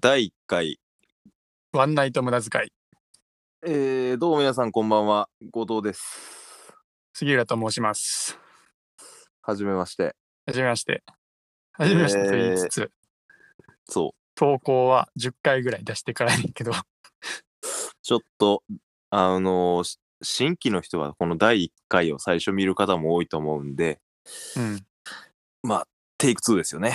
第1回、ワンナイト無駄遣い、えー、どうも皆さんこんばんは、後藤です。杉浦と申します。はじめまして。はじめまして。はじめましてと言いつつ、そ投稿は10回ぐらい出してからやねんけ ど、う、ちょっと、あのーし新規の人はこの第1回を最初見る方も多いと思うんで、うん、テイク2ですよね。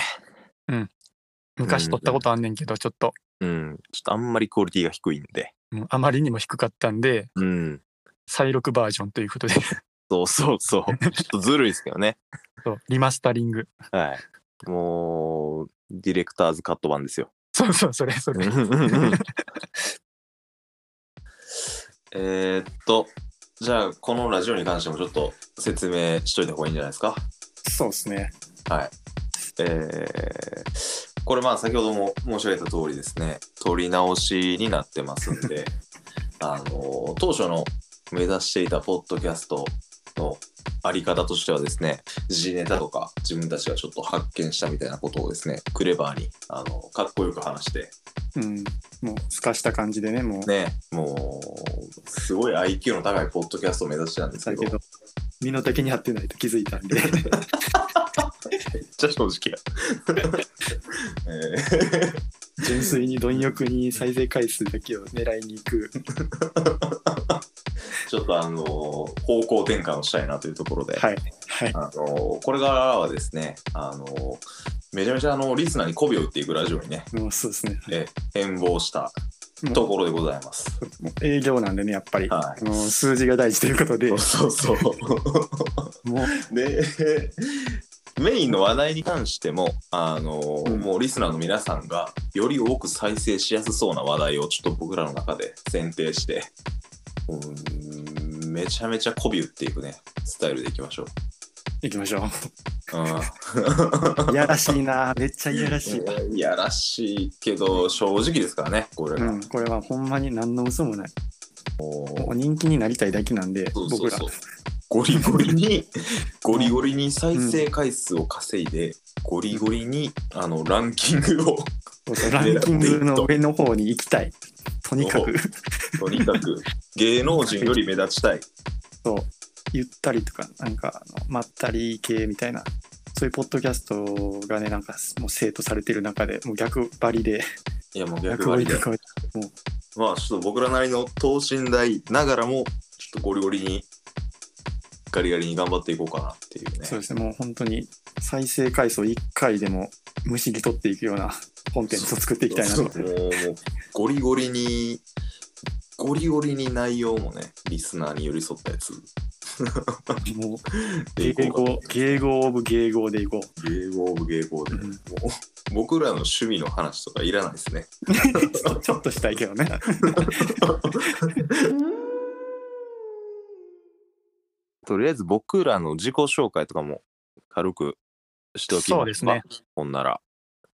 昔撮ったことあんねんけど、ちょっと、うん、ちょっとあんまりクオリティが低いんで。うんあまりにも低かったんで、うん、再録バージョンということで、 そうそうそう。ちょっとずるいですけどね。そうリマスタリング。はい。もう、ディレクターズカット版ですよ。そうそう、それ、それ。えーっと、じゃあ、このラジオに関してもちょっと説明しといた方がいいんじゃないですか。そうですね。えーこれまあ先ほども申し上げた通りですね撮り直しになってますんで あのー当初の目指していたポッドキャストのあり方としてはですね時事ネタとか自分たちがちょっと発見したみたいなことをですねクレバーにあのかっこよく話してうん。もう、すかした感じでね、もうねもうすごい IQ の高いポッドキャストを目指してたんですけどめっ、身の丈に合ってないと気づいたんで。ちゃ正直や、え ー 純粋に貪欲に再生回数だけを狙いに行く。ちょっとあのー方向転換をしたいなというところで、はい。はい。あのーこれからはですね、あのーめちゃめちゃあのリスナーに媚びを打っていくラジオにね、もうそうですね。え変貌したところでございます。もう営業なんでね、やっぱり。はあの数字が大事ということで、い、もそうそうそううでメインの話題に関しても、あのーうんもうリスナーの皆さんがより多く再生しやすそうな話題をちょっと僕らの中で選定して、うんめちゃめちゃ媚び打っていくね、スタイルでいきましょう。行きましょうう。いやらしいな、めっちゃいやらしい。んいやらしいけど正直ですからねこれうが、ん、これはほんまに何の嘘もない。ももう人気になりたいだけなんで、うそ僕うらそう。ゴリゴリ にゴリゴリに再生回数を稼いで、ゴリゴリにあのランキングをそうそうランキングの上の方に行きたい。とにかく、とにかく芸能人より目立ちたいそう、ゆったりとか、なんか、あのまったり系みたいな、そういうポッドキャストがね、なんか、もう生徒されてる中で、もう逆張りで、いやもう逆割りで逆張りまあちょっと僕らなりの等身大ながらもちょっとゴリゴリにガリガリに頑張っていこうかなっていうねそうですね、もう本当に再生回数1回でも、むしり取っていくようなコンテンツを作っていきたいなそとう。もうもうゴリゴリにゴリゴリに内容もねリスナーに寄り添ったやつもうで迎いこ合、迎合オブ迎合でいこうか迎合オブ迎合で、うんもう僕らの趣味の話とかいらないですね う。ちょっとしたいけどね。とりあえず僕らの自己紹介とかも軽くしておきますかそうですねほんなら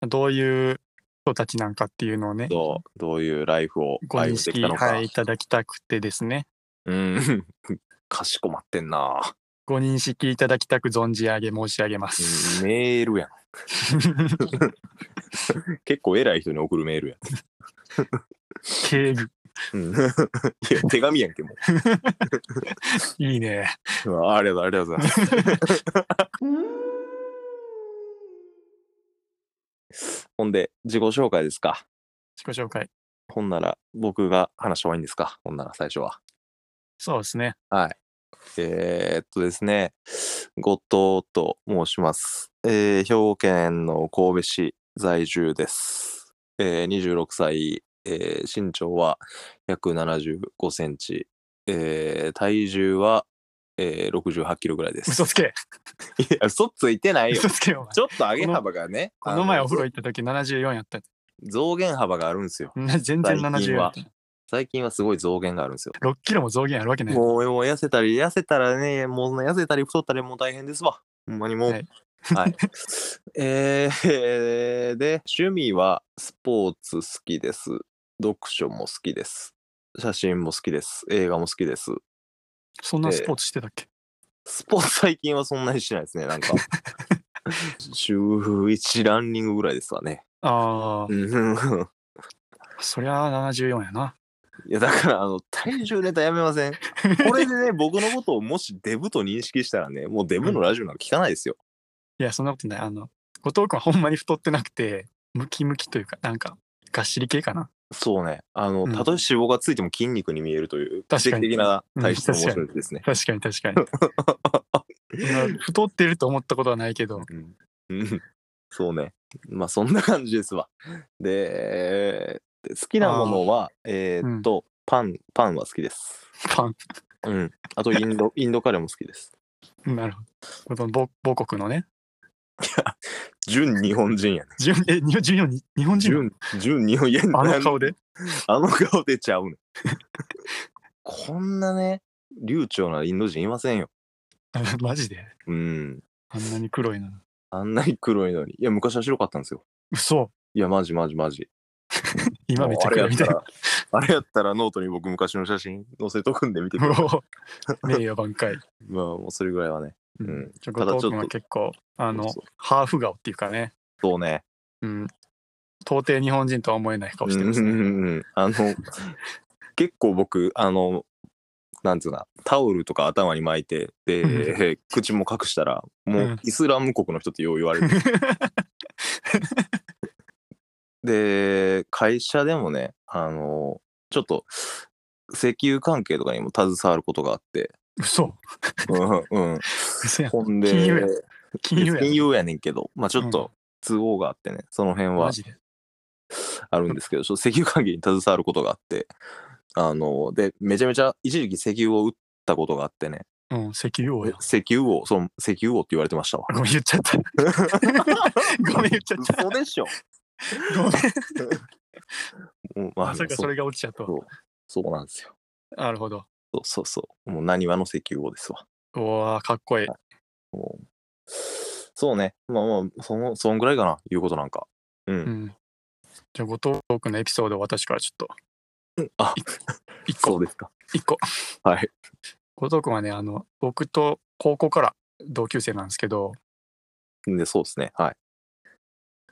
どういう人たちなんかっていうのをね、どうどういうライフをご認歩んでき識、たのか、はい、いただきたくてですね、うん かしこまってん なご認識いただきたく存じ上げ申し上げます。メールやん。 結構偉い人に送るメールやん。敬具、うん いや手紙やんけもいいね。う。うわありがとうありがとうございます。 ほんで自己紹介ですか。自己紹介。ほんなら僕が話した方がいいんですか。ほんなら最初は。そうですね。はい。えーっとですね、後藤と申します。えー兵庫県の神戸市在住です。えー26歳、えー身長は約75センチ、えー体重は、えー68キロぐらいです。嘘つけ。いや、嘘ついてないよ嘘。つけよ。お前ちょっと上げ幅がね、この前お風呂あ行った時74やった。増減幅があるんですよ。な全最然近74やはった。最近はすごい増減があるんですよ。 6キロも増減あるわけない。もう、もう痩せたり、痩せたらね、もう痩せたり太ったりもう大変ですわ。ほんまにもう。ははいい。 えー、 で、趣味はスポーツ好きです。読書も好きです。写真も好きです。映画も好きです。そんなスポーツしてたっけ、スポーツ最近はそんなにしないですね。 なんか、週1ランニングぐらいですわね。ああ、うん そりゃあ74やな。いやだからあの体重ネタやめません これでね僕のことをもしデブと認識したらねもうデブのラジオなんか聞かないですよ、いや、そんなことない。あの、後藤君はほんまに太ってなくて、ムキムキというか、なんか、がっしり系かな。そうねあのうんたとえ脂肪がついても筋肉に見えるという奇確か跡に的な体質のうん面白いですね、確か に確かに。うん太ってると思ったことはないけど、うんうん そうねまあそんな感じですわで好きなものはえーっと、パンパンは好きですパン。うんあとイン ドインドカレーも好きですなるほど。この母母国のね。純日本人やね純え日本人日本人純純日本人あの顔で。 あの顔出ちゃうねん。こんなね、流暢なインド人いませんよ。マジで。うん。あんなに黒いのに。あんなに黒いのに。いや、昔は白かったんですよ。嘘。いや、マジマジマジ。今めっちゃもうあ黒いれみやたっいたら、な。あれやったらノートに僕昔の写真載せとくんで見てくれ。もう名 誉挽回。まあ、もうそれぐらいはね。ううんん。ちょただ後ちょっと藤君は結構、あのそう、ハーフ顔っていうかね、そうね。うん、到底日本人とは思えない顔してますうんうね。んうんうんあの、結構僕、あの、なんつうかな、タオルとか頭に巻いて、で、口も隠したら、もううんイスラム国の人ってよう言われる。で会社でもねあのちょっと石油関係とかにも携わることがあって、 嘘。うんうん、嘘やん。ほんで金融や金融やん金融やねんけどまあちょっと都合があってね、その辺はマジで。あるんですけどちょっと石油関係に携わることがあってあのでめちゃめちゃ一時期石油を打ったことがあってねうん、石油王や。石油王その石油王って言われてましたわごめん、言っち ゃった。ごめん、言っちゃった。嘘でしょごめん。 うんまあまさかそれが落ちちゃったわ。そうそうなんですよなるほど。そうそうそうもう何話の石油王ですわうわーかっこいい。そうね。まあまあ、その、そんぐらいかな、言うことなんか。うん。うん。じゃあ、後藤君のエピソードを私からちょっと、あ、一そ個う、ですか。一個。はい。後藤君はね、あの、僕と高校から同級生なんですけど、で、そうですね。はい。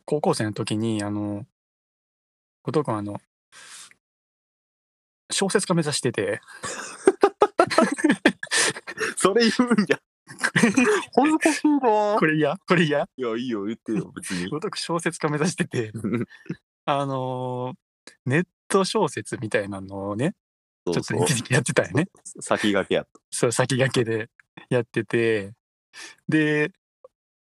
高校生の時に、あの、後藤君はあの、小説家目指してて、それ言うんじ ゃ。恥ずかしいな。 これ嫌これ嫌いや、いいよ、言ってよ、別 に。後藤君小説家目指してて、あのーネット小説みたいなのをね、そうちそょうっと一。時期やってたよね。先駆けやった。そう、先駆けでやってて、で、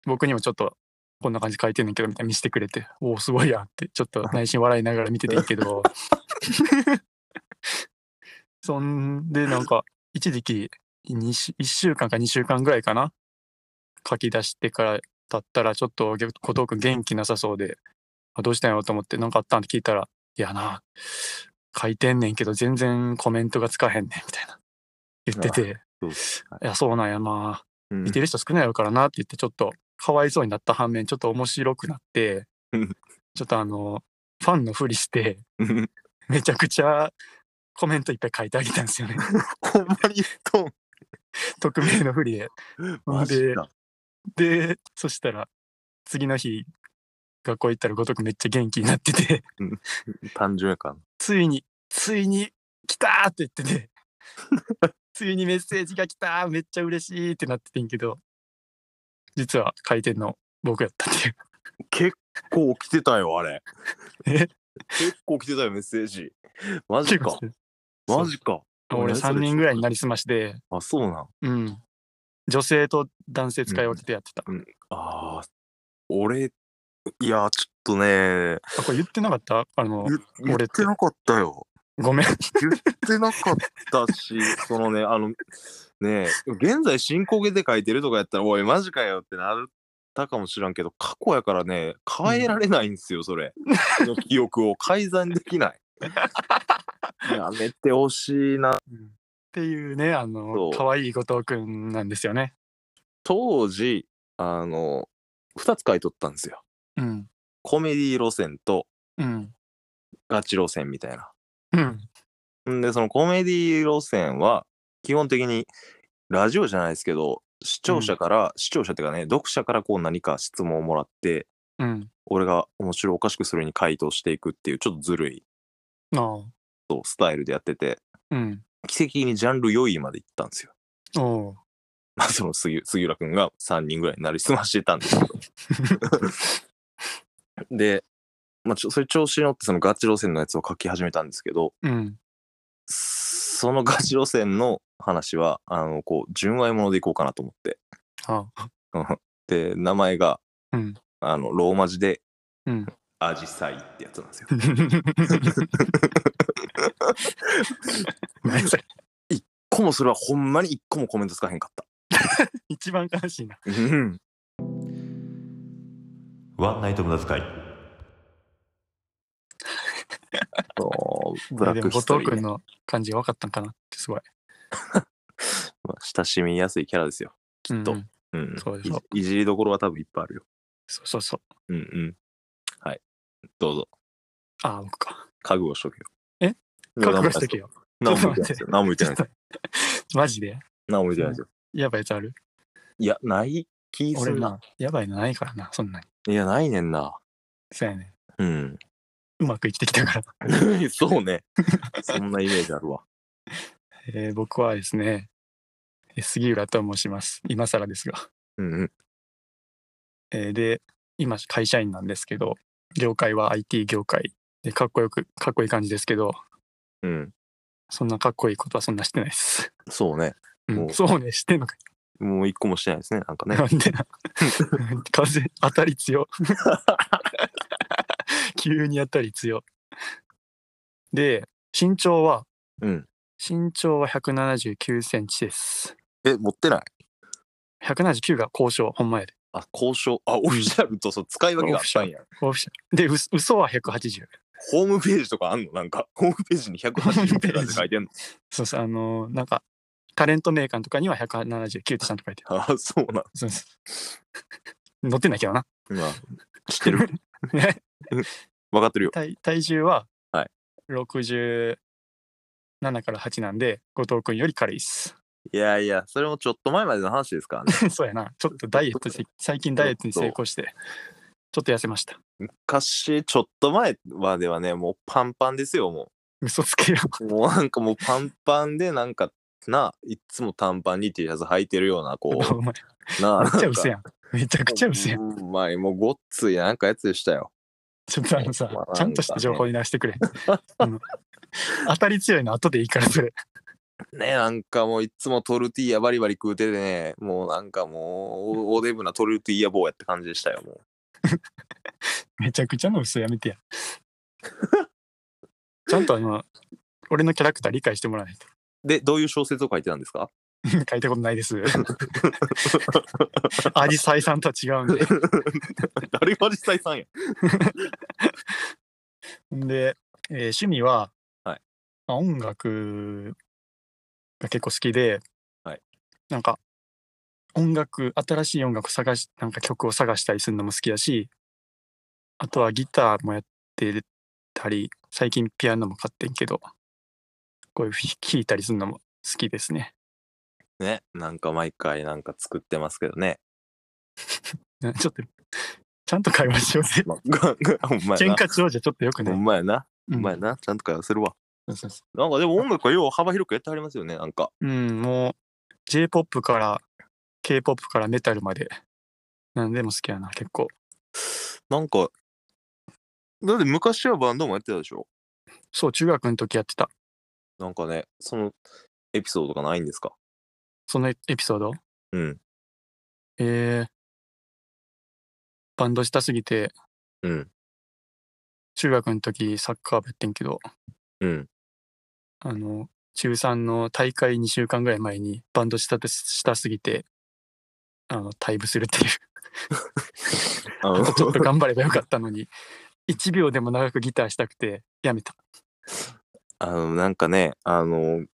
僕にもちょっと、こんな感じ書いてんねんけど、みたいに見せてくれて、おお、すごいやんって、ちょ っと内心笑いながら見ててんけど、 そんで、なんか、一時期、にし1週間か2週間ぐらいかな、書き出してから経ったら、ちょっと、げ後藤君元気なさそうで、あどうしたんやろうと思って、なんかあったんって聞いたら、いやな、書いてんねんけど、全然コメントがつかへんねん、みたいな、言ってて、そういや、そうなんや、まあ、うん見てる人少ないやろからなって言って、ちょっと、かわいそうになった反面、ちょっと面白くなってうん、ちょっとあの、ファンのふりして、うんめちゃくちゃコメントいっぱい書いてあげたんです よね。ほんまに言っとん。匿名のふりで。マジか。で、そしたら、次の日、学校行ったらごとくめっちゃ元気になってて、単純やからな。ついに、ついに、来たーって言ってて、ついにメッセージが来たーめっちゃ嬉しいってなっててんけど、実は書いてんの僕やったっていう。結構来てたよ、あれ。え結構来てたよ、メッセージ。マジか。マジか。俺何それ3人ぐらいになりすまして、あ、そうなん。うん。女性と男性使い分けてやってた。ああ、俺、いや、ちょっとね、あ、これ言ってなかったあの、言俺っっててなかったよ。ごめん。言ってなかったし、 そのね、あの、ねえ、現在進行形で書いてるとかやったら、おい、マジかよってなったかもしらんけど、過去やからね、変えられないん ですよ、それ。その記憶を改ざんできない。 やめてほしいな。っていうね、あそのう、可愛い後藤くんなんですよね。当時、あの、2つ書いとったんですよ。うん。コメディ路線とうん。ガチ路線みたいな。うん。んで、そのコメディ路線は、基本的に、ラジオじゃないですけど、視聴者から、視聴者っていうかね、読者からこう何か質問をもらって、うん。俺が面白おかしくそれに回答していくっていう、ちょっとずるいあそうスタイルでやっててあ。うん。奇跡的にジャンル4位まで行ったんですよ。 おおまあその杉杉浦君が3人ぐらいになりすましてたんですけど。で、まあ、ちょそれ調子に乗ってそのガチ路線のやつを書き始めたんですけどう。うん。そのガチ路線の話はあのこう純愛ものでいこうかなと思って。ああ。 で名前がうん。 あのローマ字でうん。アジサイってやつなんですよ。何それ一個もそれはほんまに一個もコメントつかへんかった。一番悲しいな。ワンナイト無駄遣い。 そうブでラもック後ヒスト藤リー君ね、の感じ分かったんかなってすごい。まあ親しみやすいキャラですよ。きっとうん、そうでしょいいじりどころは多分いっぱいあるよ。そうそうそう。うんうん。はい。どうぞ。ああ、僕か。覚悟しとけよ。え覚悟しとけよ。よ。 何も言ってないですよ。何も言ってないですよ。 マジで何も言って ないですよ。やばいやつあるいや、ない気す俺るな。な、やばいのないからな、そんなに。いや、ないねんな。そうやね。うん。 うまく生きてきたから。 そうね。そんなイメージあるわ。えー僕はですね、え杉浦と申します。今更ですが。うんうん。えーで、今、会社員なんですけど、業界は IT 業界で、かっこよく、かっこいい感じですけど、うん。そんなかっこいいことはそんなしてないです。そうね。うんおうそうね、してんのか。もう一個もしてないですね。なんかね な。んでな風当た り強急に当たり強で身長はうん。身長は179センチですえ、持ってない179が交渉ほんまやであ、交渉。あ、オフィシャルとそう使い分けがあったんや。オフィシャルでうす嘘は180ホームページとかあんのなんか、ホームページに180って書いてんの。そうそうあのーなんかタレントメーカーとかには179ってちゃんと書いてある あ、そうなん。そうそう載ってないけどなまあ、知 ってる。分かってるよ。体体重ははい67から8なんで後藤君より軽いっすいやいや、それもちょっと前までの話ですからね。 そうやなちょっとダイエットし最近ダイエットに成功してちょっと痩せました昔、ちょっと前まではね、もうパンパンですよ、も嘘つけよ う。もうなんかもうパンパンで、なんか、な、いっつも短パンに T シャツ履いてるような、こお前 めう、な、っちゃ嘘ん。やんめちゃくちゃ嘘やんうまい、もうごっついなんかやつでしたよ。ちょっとあのさまあなんかちゃんとした情報に出してくれあの当たり強いの後でいいからそれね、なんかもういっつもトルティーヤバリバリ食うててね、もうなんかもう、おおデブなトルティーヤ坊やって感じでしたよ、もう。めちゃくちゃの嘘やめてやちゃんとあの俺のキャラクター理解してもらわないと で、どういう小説を書いてたんですか書いたことないです アジサイさんとは違うんで誰が実際さんや。で、えー趣味は、はいまあ、音楽が結構好きで、はいなんか音楽新しい音楽を探しなんか曲を探したりするのも好きだしあとはギターもやってたり最近ピアノも買ってんけどこういう弾弾いたりするのも好きですね。 ね、なんか毎回なんか作ってますけどね。なちょっとちゃんと会話しようぜ。ま あ、ほんまや喧な。嘩長者ちょっとよくほねん。まやな。うほんんまやな。ちゃんと会話するわ。そうそうそなんかでも音楽はよう幅広くやってはりますよね、なんか。ううん、もう J-POP から K-POP からメタルまで何でも好きやな、結構。なんか、だって昔はバンドもやってたでしょそう、中学の時やってた。なんかね、そのエピソードがないんですかそのエピソードうん。えー、バンドしたすぎて、うん。中学の時サッカー部やってんけど、うん。あの、中3の大会2週間ぐらい前にバンドしたてしたすぎて、あの、退部するっ ていう。ああのと ちょっと頑張ればよかったのに、1秒でも長くギターしたくて、やめた。あの、なんかね、あの、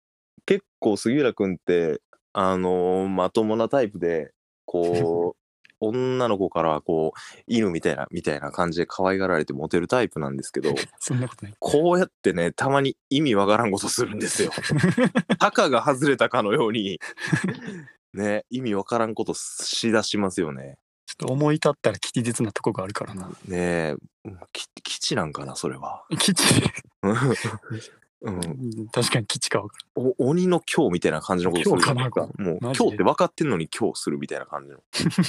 結構杉浦くんって、あの、まともなタイプで、こう、女の子からこう、犬みたいな、みたいな感じで可愛がられてモテるタイプなんですけど、そんなことない。こうやってね、たまに意味わからんことするん ですよ。たかが外れたかのように、ね、意味わからんことしだしますよね。ちょっと思い立ったら吉日なとこがあるからな。 ねえ、き基地なんかな、それは。 吉、うん、確かに吉か分かお鬼の今日みたいな感じのことする今日かなんかもう今マジで日って分かってんのに今日するみたいな感じの。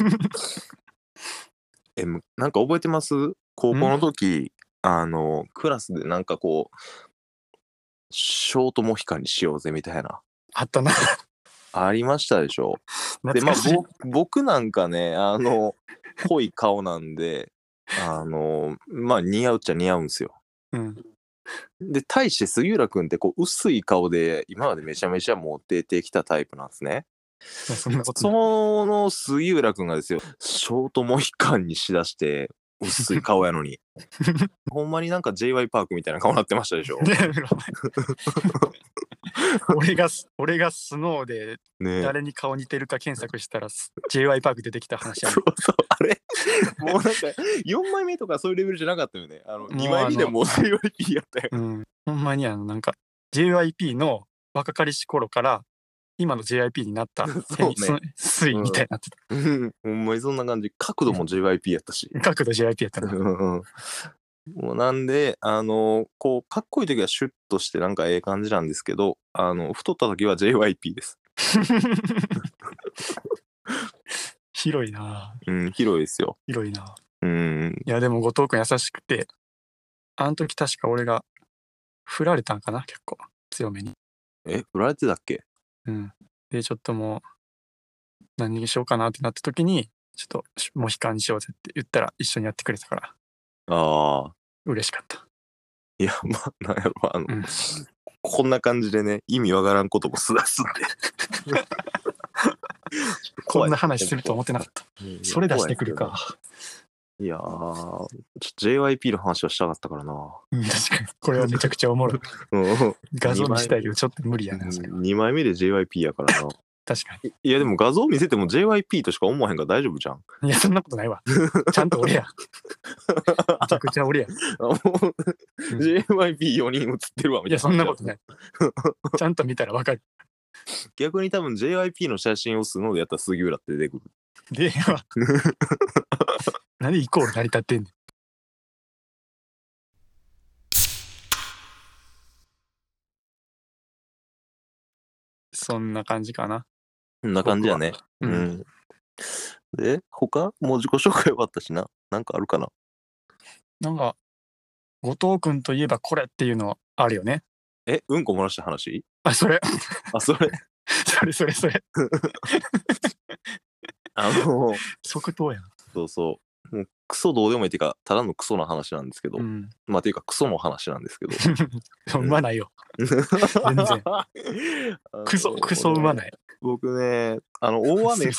え、むなんか覚えてます高校の時、あの、クラスでなんかこう、ショートモヒカンにしようぜみたいな。あったな。ありましたでしょで、懐まあかしい。、ぼ僕なんかね、あ の、濃い顔なんで、あの、まあ、似合うっちゃ似合うんですよ。うん。で、対して杉浦君ってこう、薄い顔で、今までめちゃめちゃモテてきたタイプなんです ね。そんなことそない。の杉浦君がですよ、ショートモヒカンにしだして、薄い顔やの に。ほんまになんか J.Y. パークみたいな顔になってましたでしょ。ねえ俺がす、俺がスノーでねえ誰に顔似てるか検索したらす J.Y. パーク出てきた話あそるうそう、あれ もうなんか、4枚目とかそういうレベルじゃなかったよね。あの、う2枚目でもう J.Y.P. やったよ。うん。ほんまにあの、なんか JYP の若かりし頃から今の JYP になったそうね変そ推移みたいになってた。うんほんまにそんな感じ。角度も J.Y.P. やったし。角度 JYP やったな。うんもうなんで、あの、こう、かっこいい時はシュッとしてなんかええ感じなんですけど、あの、太った時は JYP です。 広いなうん、広いですよ。広いなうん、いやでも後藤君優しくてあの時確か俺が振られたんかな結構強めにえ、売られてたっけうんでちょっともう何にしようかなってなった時にちょっとしモヒカンにしようぜって言ったら一緒にやってくれたからああ。嬉しかったいや、まあ、なんやろ、あの、うんこんな感じでね、意味わからんこともすだすんで。 こんな話すると思ってなかった怖いですねそれ出してくるか。いやー、ちょ JYP の話はしたかったからな。うん確かにこれはめちゃくちゃおもろいうん、画像にしたいけどちょっと無理やなそれは2枚目で JYP やからな。確かにいや、でも画像見せても JYP としか思わへんから大丈夫じゃん。いやそんなことないわちゃんと俺やめちゃくちゃ俺やあもう JYP4 人映ってるわみたいな。いや、そんなことない。ちゃんと見たらわかる。逆に多分 JYP の写真をすのでやったら杉浦って出てくる。で、何イコール成り立ってんねん。そんな感じかな。こんな感じやね。ううんん。で、他もう自己紹介終わったしな。なんかあるかななんか、後藤君といえばこれっていうのあるよね。え、うんこ漏らした話あ、それ、 あ、それ、 それ、それ、それ。あの、即答やそうそう。もうクソどうでもいいっていうか、ただのクソな話なんですけど、な。うん。 まあ、ていうか、クソの話なんですけど。生まないよ。全然 あのクソ、クソ生まない。僕ね、あの、大雨降っ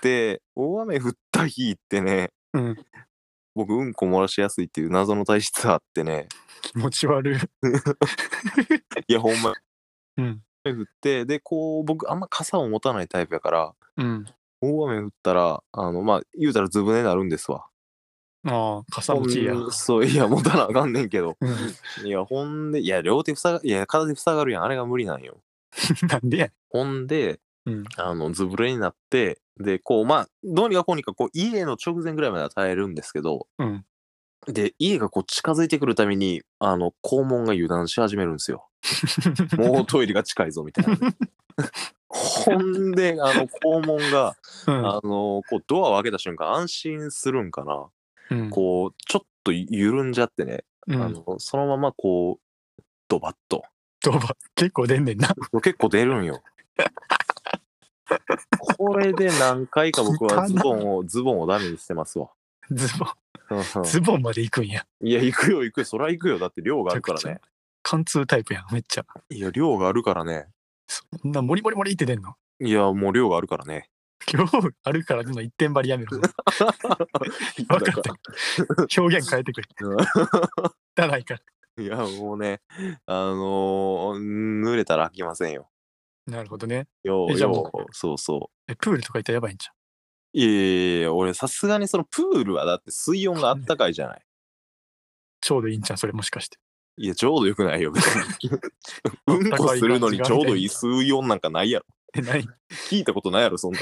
て、大雨降った日ってね、うん。僕、うんこ漏らしやすいっていう謎の体質があってね、気持ち悪い。いや、ほんま、うん。雨降って、で、こう、僕、あんま傘を持たないタイプやから、うん。大雨降ったら、あの、まあ、言うたらずぶねになるんですわ。ああ、傘持ちや。ほんそう、いや、持たなあかんねんけど。うんいや、ほんで、いや、両手塞が、いや、片手塞がるやん。あれが無理なんよ。 なんでやほんで、うんあの、ずぶれになって、で、こう、まあ、どうにかこうにか、こう、家の直前ぐらいまでは耐えるんですけど、うんで、家がこう、近づいてくるために、あの、肛門が油断し始めるんです よ。もうトイレが近いぞ、みたいな。ほんで、あの、肛門が、うんあの、こう、ドアを開けた瞬間、安心するんかな。うんこう、ちょっと緩んじゃってね、うんあのそのままこう、ドバッと。ドバ結構出んねんな。結構出る んよ。これで何回か僕はズボンを、ズボンをダメにしてますわ。ズボうんうんン、ズボンまで行くんや。 いや、行くよ、行くよ。そら行くよ。だって量があるからめちゃねく。貫通タイプやん、めっちゃ。いや、量があるからね。そんな、モリモリモリって出んの。いや、もう量があるから ね。今日あるから、の一点張りやめろ。だ分かった。表現変えてくれ。だないから。いや、もうね、あのー濡れたら飽きませんよ。なるほどね。よえう、じゃあよもう、そうそう。え、プールとか行ったらやばいんじいやいやいや、俺さすがにそのプールはだって水温があったかいじゃない。ゃん。ちょうどいいんじゃん、それもしかして。いや、ちょうどよくないよ、別 に。うんこするのにちょうどいい水温なんかないやろ。え、ない。 聞いたことないやろ、そんな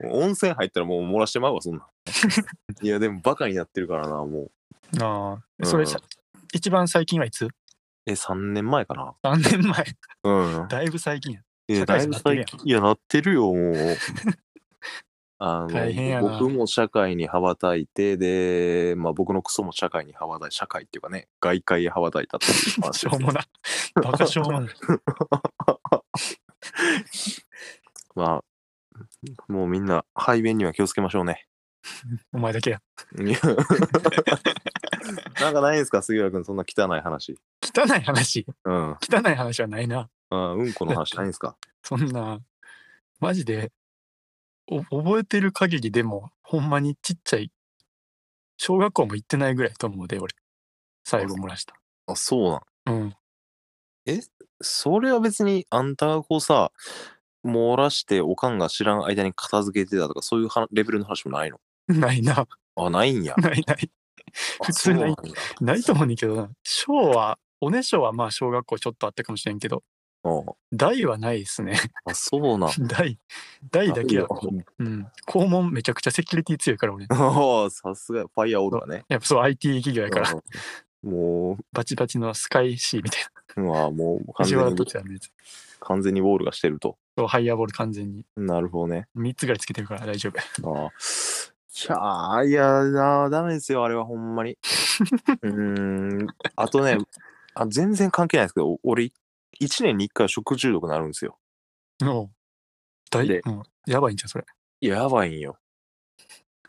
の。温泉入ったらもう漏らしてまうわ、そんなん。いや、でもバカになってるからな、もう。うああ、んそれさ、一番最近はいつえ、3年前かな。 ?3 年前。うん。だいぶ最近や。いや、社だ会い人ぶなって最るやん近、いや、なってるよ、もう。 あ大変やのな僕も社会に羽ばたいて、で、まあ、僕のクソも社会に羽ばたい、社会っていうかね、外界へ羽ばたいたっていう話 しょうもな。バカしょうもない。まあ、もうみんな、排便には気をつけましょう ね。お前だけや。いやなんかないですか、杉浦君、そんな汚い話。汚い話。うん。汚い話はないな。あうんこの話ないんですか。そんな、マジで、お覚えてる限りでも、ほんまにちっちゃい、小学校も行ってないぐらいと思うで、俺。最後漏らした。あ、そうなん。うん。 それは別に、あんたがこうさ、漏らして、おかんが知らん間に片付けてたとか、そういうはレベルの話もないの。ないな。。あ、ないんや ないない。 あ普通ないそうなんやないと思うねんけどな。小は、おねしょはまあ小学校ちょっとあったかもしれんけど、うん大はないですね。あ、そうなん。 大、大だけあは。うん。校門めちゃくちゃセキュリティ強いから俺。ああ、さすが、ファイアオールはね。やっぱそう IT 企業やから、うんもバチバチのスカイシーみたいな。う、まあ、もう完藤全原にと、ちゃんのやつ。完全にウォールがしてると。そう、ハイヤーボール完全に。なるほ どね。 3つぐらいつけてるから大丈夫。ああ。いやー、いやー、ダメですよ、あれはほんま に。うーん。あとね、あ全然関係ないですけど、俺、1年に1回は食中毒になるんですよ。の、大、でうん、やばいんじゃん、それ。やばいんよ。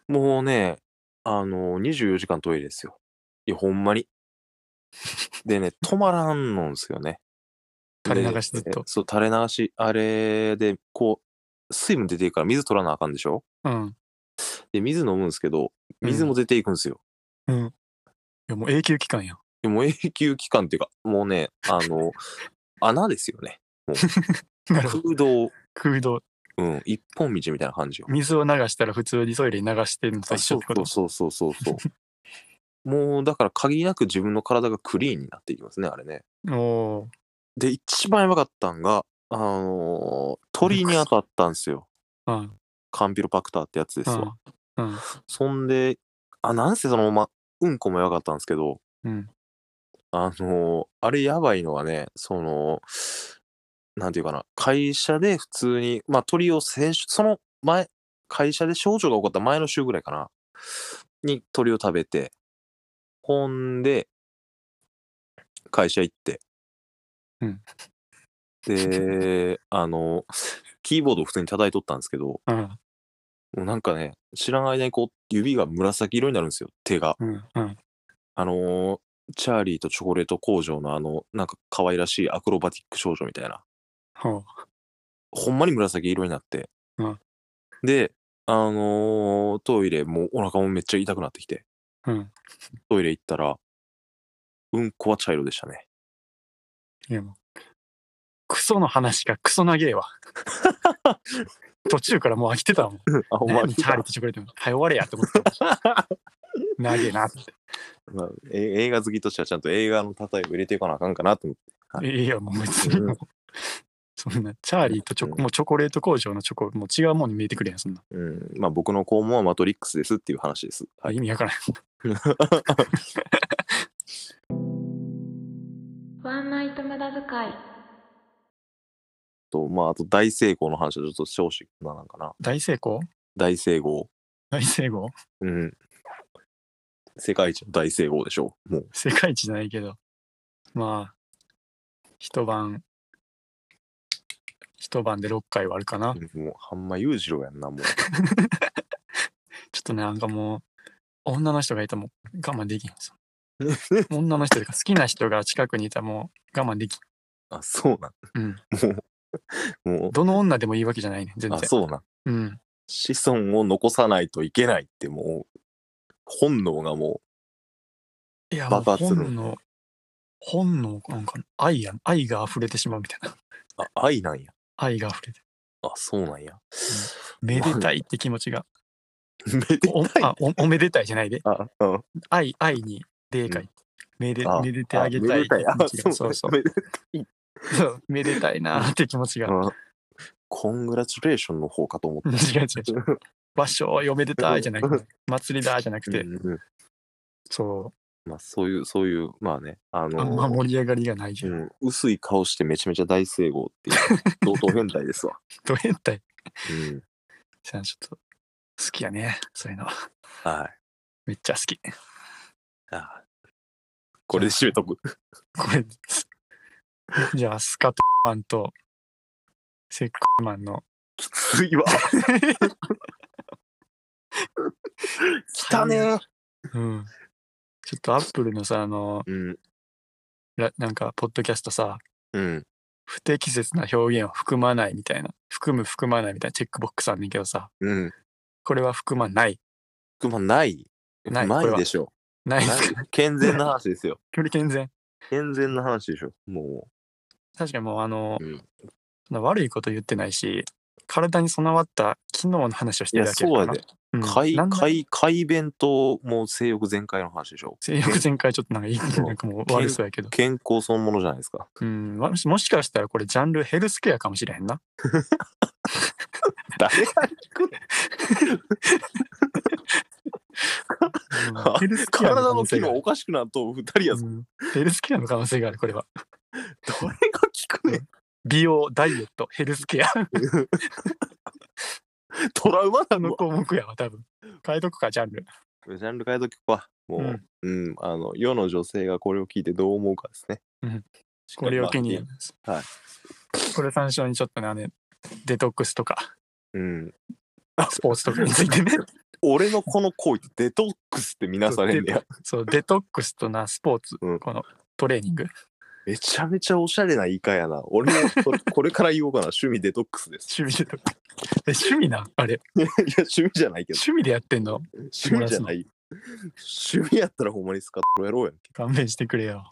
もうね、あの、24時間トイレですよ。いや、ほんまに。でね、止まらんのんすよね。垂れ流しずっでと。そう、垂れ流し、あれで、こう、水分出ていくから水取らなあかんでしょうん。いで、水飲むんですけど、水も出ていくんですよ。や、もう永久期間やん。でもう永久期間っていうか、もうね、あの、 穴ですよね。 なるほど。空洞、空洞。うん、一本道みたいな感じよ。水を流したら普通にトイレに流してるのと一緒ってこと。そうそうそうそうそうそう。もう、だから限りなく自分の体がクリーンになっていきますね、あれね。おーで、一番やばかったんが、あのー鳥に当たったんですよ。うん。カンピロパクターってやつですうわ。ん。うん。そんで、あ、なんせそのまま、うんこもやばかったんですけど、うん。あのーあれやばいのはね、その、なんていうかな、会社で普通に、まあ鳥を先週、その前、会社で症状が起こった前の週ぐらいかな、に鳥を食べて、ほんで、会社行って、うんで、あの、キーボードを普通に叩いとったんですけど、うん。もうなんかね、知らない間にこう、指が紫色になるんですよ、手が。うん。うん。あのーチャーリーとチョコレート工場のあの、なんか可愛らしいアクロバティック少女みたいな。ほう。ほんまに紫色になって。うんで、あのートイレ、もうお腹もめっちゃ痛くなってきて、うん。トイレ行ったら、うんこは茶色でしたね。 いや、もう。クソの話がクソ長 えわ。途中からもう飽きてたもん。あ、ほんま何にチャーリーとチョコレートの。はい、終われやって思ってた。 長えなって。まあえ映画好きとしてはちゃんと映画の例えを入れていかなあかんかなと思って。はいいや、もう別にもう。 そんな、チャーリーとチョコ、もうチョコレート工場のチョコ、もう違うもんに見えてくるやん、そんな。うん。まあ僕の肛門はマトリックスですっていう話です。はい。意味わからん。 ワンナイト無駄遣い。と、まああと大成功の話はちょっと少子ななんかな。大成功 大成功。大成功 うん。世界一の大成功でしょう。もう。世界一じゃないけど。まあ、一晩、一晩で6回はあるかな。もう、はんま裕次郎やんな、もう。ちょっとね、なんかもう、女の人がいたらもう我慢できんす。女の人というか好きな人が近くにいたらもう我慢できん。 あ、そうなん。うん。もう、どの女でもいいわけじゃないね、全あ然、。そうなん。うん。子孫を残さないといけないって、もう、本能がもいや、もう爆発する本能、本能なんかな愛やん、愛が溢れてしまうみたいな。う、あ、愛なんや。愛が溢れて。あ、そうなんや。 めでたいって気持ちが。めでおたい。あおおめでたいじゃないで。あ、うん。愛、愛に、でかい。めで、めでてあげたいめでたい。 気持ちがあ、そそううそそうう。。めでそうめでたいなーって気持ちが。うんコングラチュレーションの方かと思 った。違う違う違う。場所、嫁でたいじゃなくて、祭りだじゃなくて、うんうんそまあ、そういう、そういう、まあね、あう、あのんま盛り上がりがないけうど、ん、薄い顔してめちゃめちゃ大成功って いう、同等変態ですわ。ド変態。うん、じゃ あちょっと、好きやね、そういうの。はい。めっちゃ好き。こあこれで締めとく。れです。じゃあ、スカトマンと、セックマンの、きつ いわ。きたね。うん。ちょっとアップルのさ、あの、うん。らなんか、ポッドキャストさ、うん。不適切な表現を含まないみたいな、含む含まないみたいなチェックボックスあんねんけどさ、うん。これは含まない。まあ、ない。ないないでしょ。ないですかない健全な話ですよ。距離健全。健全な話でしょ。も確かにもうあの、うんそんな悪いこと言ってないし、体に備わった機能の話をしてるだけいややそうやかでら。う、ん快なんで快快便ともう性欲全開の話でしょ。性欲全開ちょっとなんかいい、そうなんかもう悪そうやけど。健康そのものじゃないですか。うん、もしもしかしたらこれジャンルヘルスケアかもしれへんな。誰が聞くうんヘルスケア体の可能機性があ能るおかしくなっとう二人やぞ。うんヘルスケアの可能性がある、これは。誰が聞くねん美容、ダイエット、ヘルスケアトラウマなのの項目やわ、多分。変えとくか、ジャンル。ジャンル変えときか。もう、うん、あの、世の女性がこれを聞いてどう思うかですね。うんこれを機に。はい。これ参照にちょっとね、あのデトックス とか、うん。スポーツとかについてね。 俺のこの行為ってデトックスってみなされんねや。そう、デトックスとな、スポーツ、うんこのトレーニング。めちゃめちゃおしゃれなイカやな。俺もこれこれから言おうかな。趣味デトックス です。趣味デトックス。え趣味なあれ、いや、趣味じゃないけど。趣味でやってんの 趣味じゃない。趣味やったらほんまにスカッとやろうやんけ。勘弁してくれよ。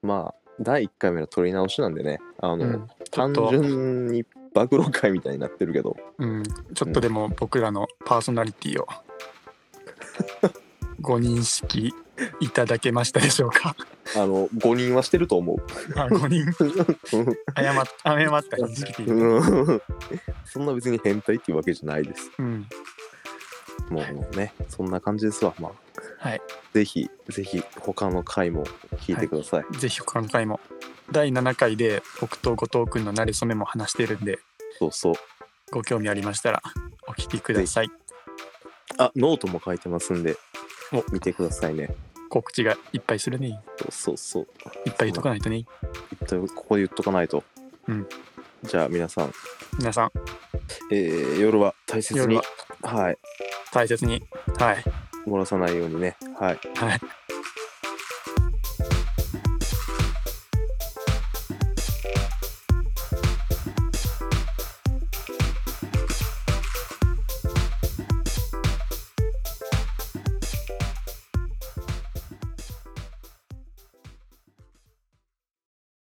まあ、第1回目の撮り直しなんでね。あの、うんちょ単っと純に暴露会みたいになってるけど。うん、ちょっとでも僕らのパーソナリティをご認識いただけましたでしょう かあの、5人はしてると思う。 あ5人誤っ誤った認識っていう、うんそんな別に変態っていうわけじゃないです。うん、もうね、そんな感じですわ。まあ、はいぜひ、ぜひ、他の回も聞いてください。ぜひ今回も第7回で僕と後藤君の馴れ初めも話してるんでそうそう。ご興味ありましたらお聞きくださいあ、ノートも書いてますんでお、見てくださいね。告知がいっぱいするねそうそうそう。いっぱい言っとかないとね一旦ここで言っとかないと。うんじゃあ、皆さん、皆さんえー夜は大切夜には、はい、大切にはい漏らさないようにね、はい、はい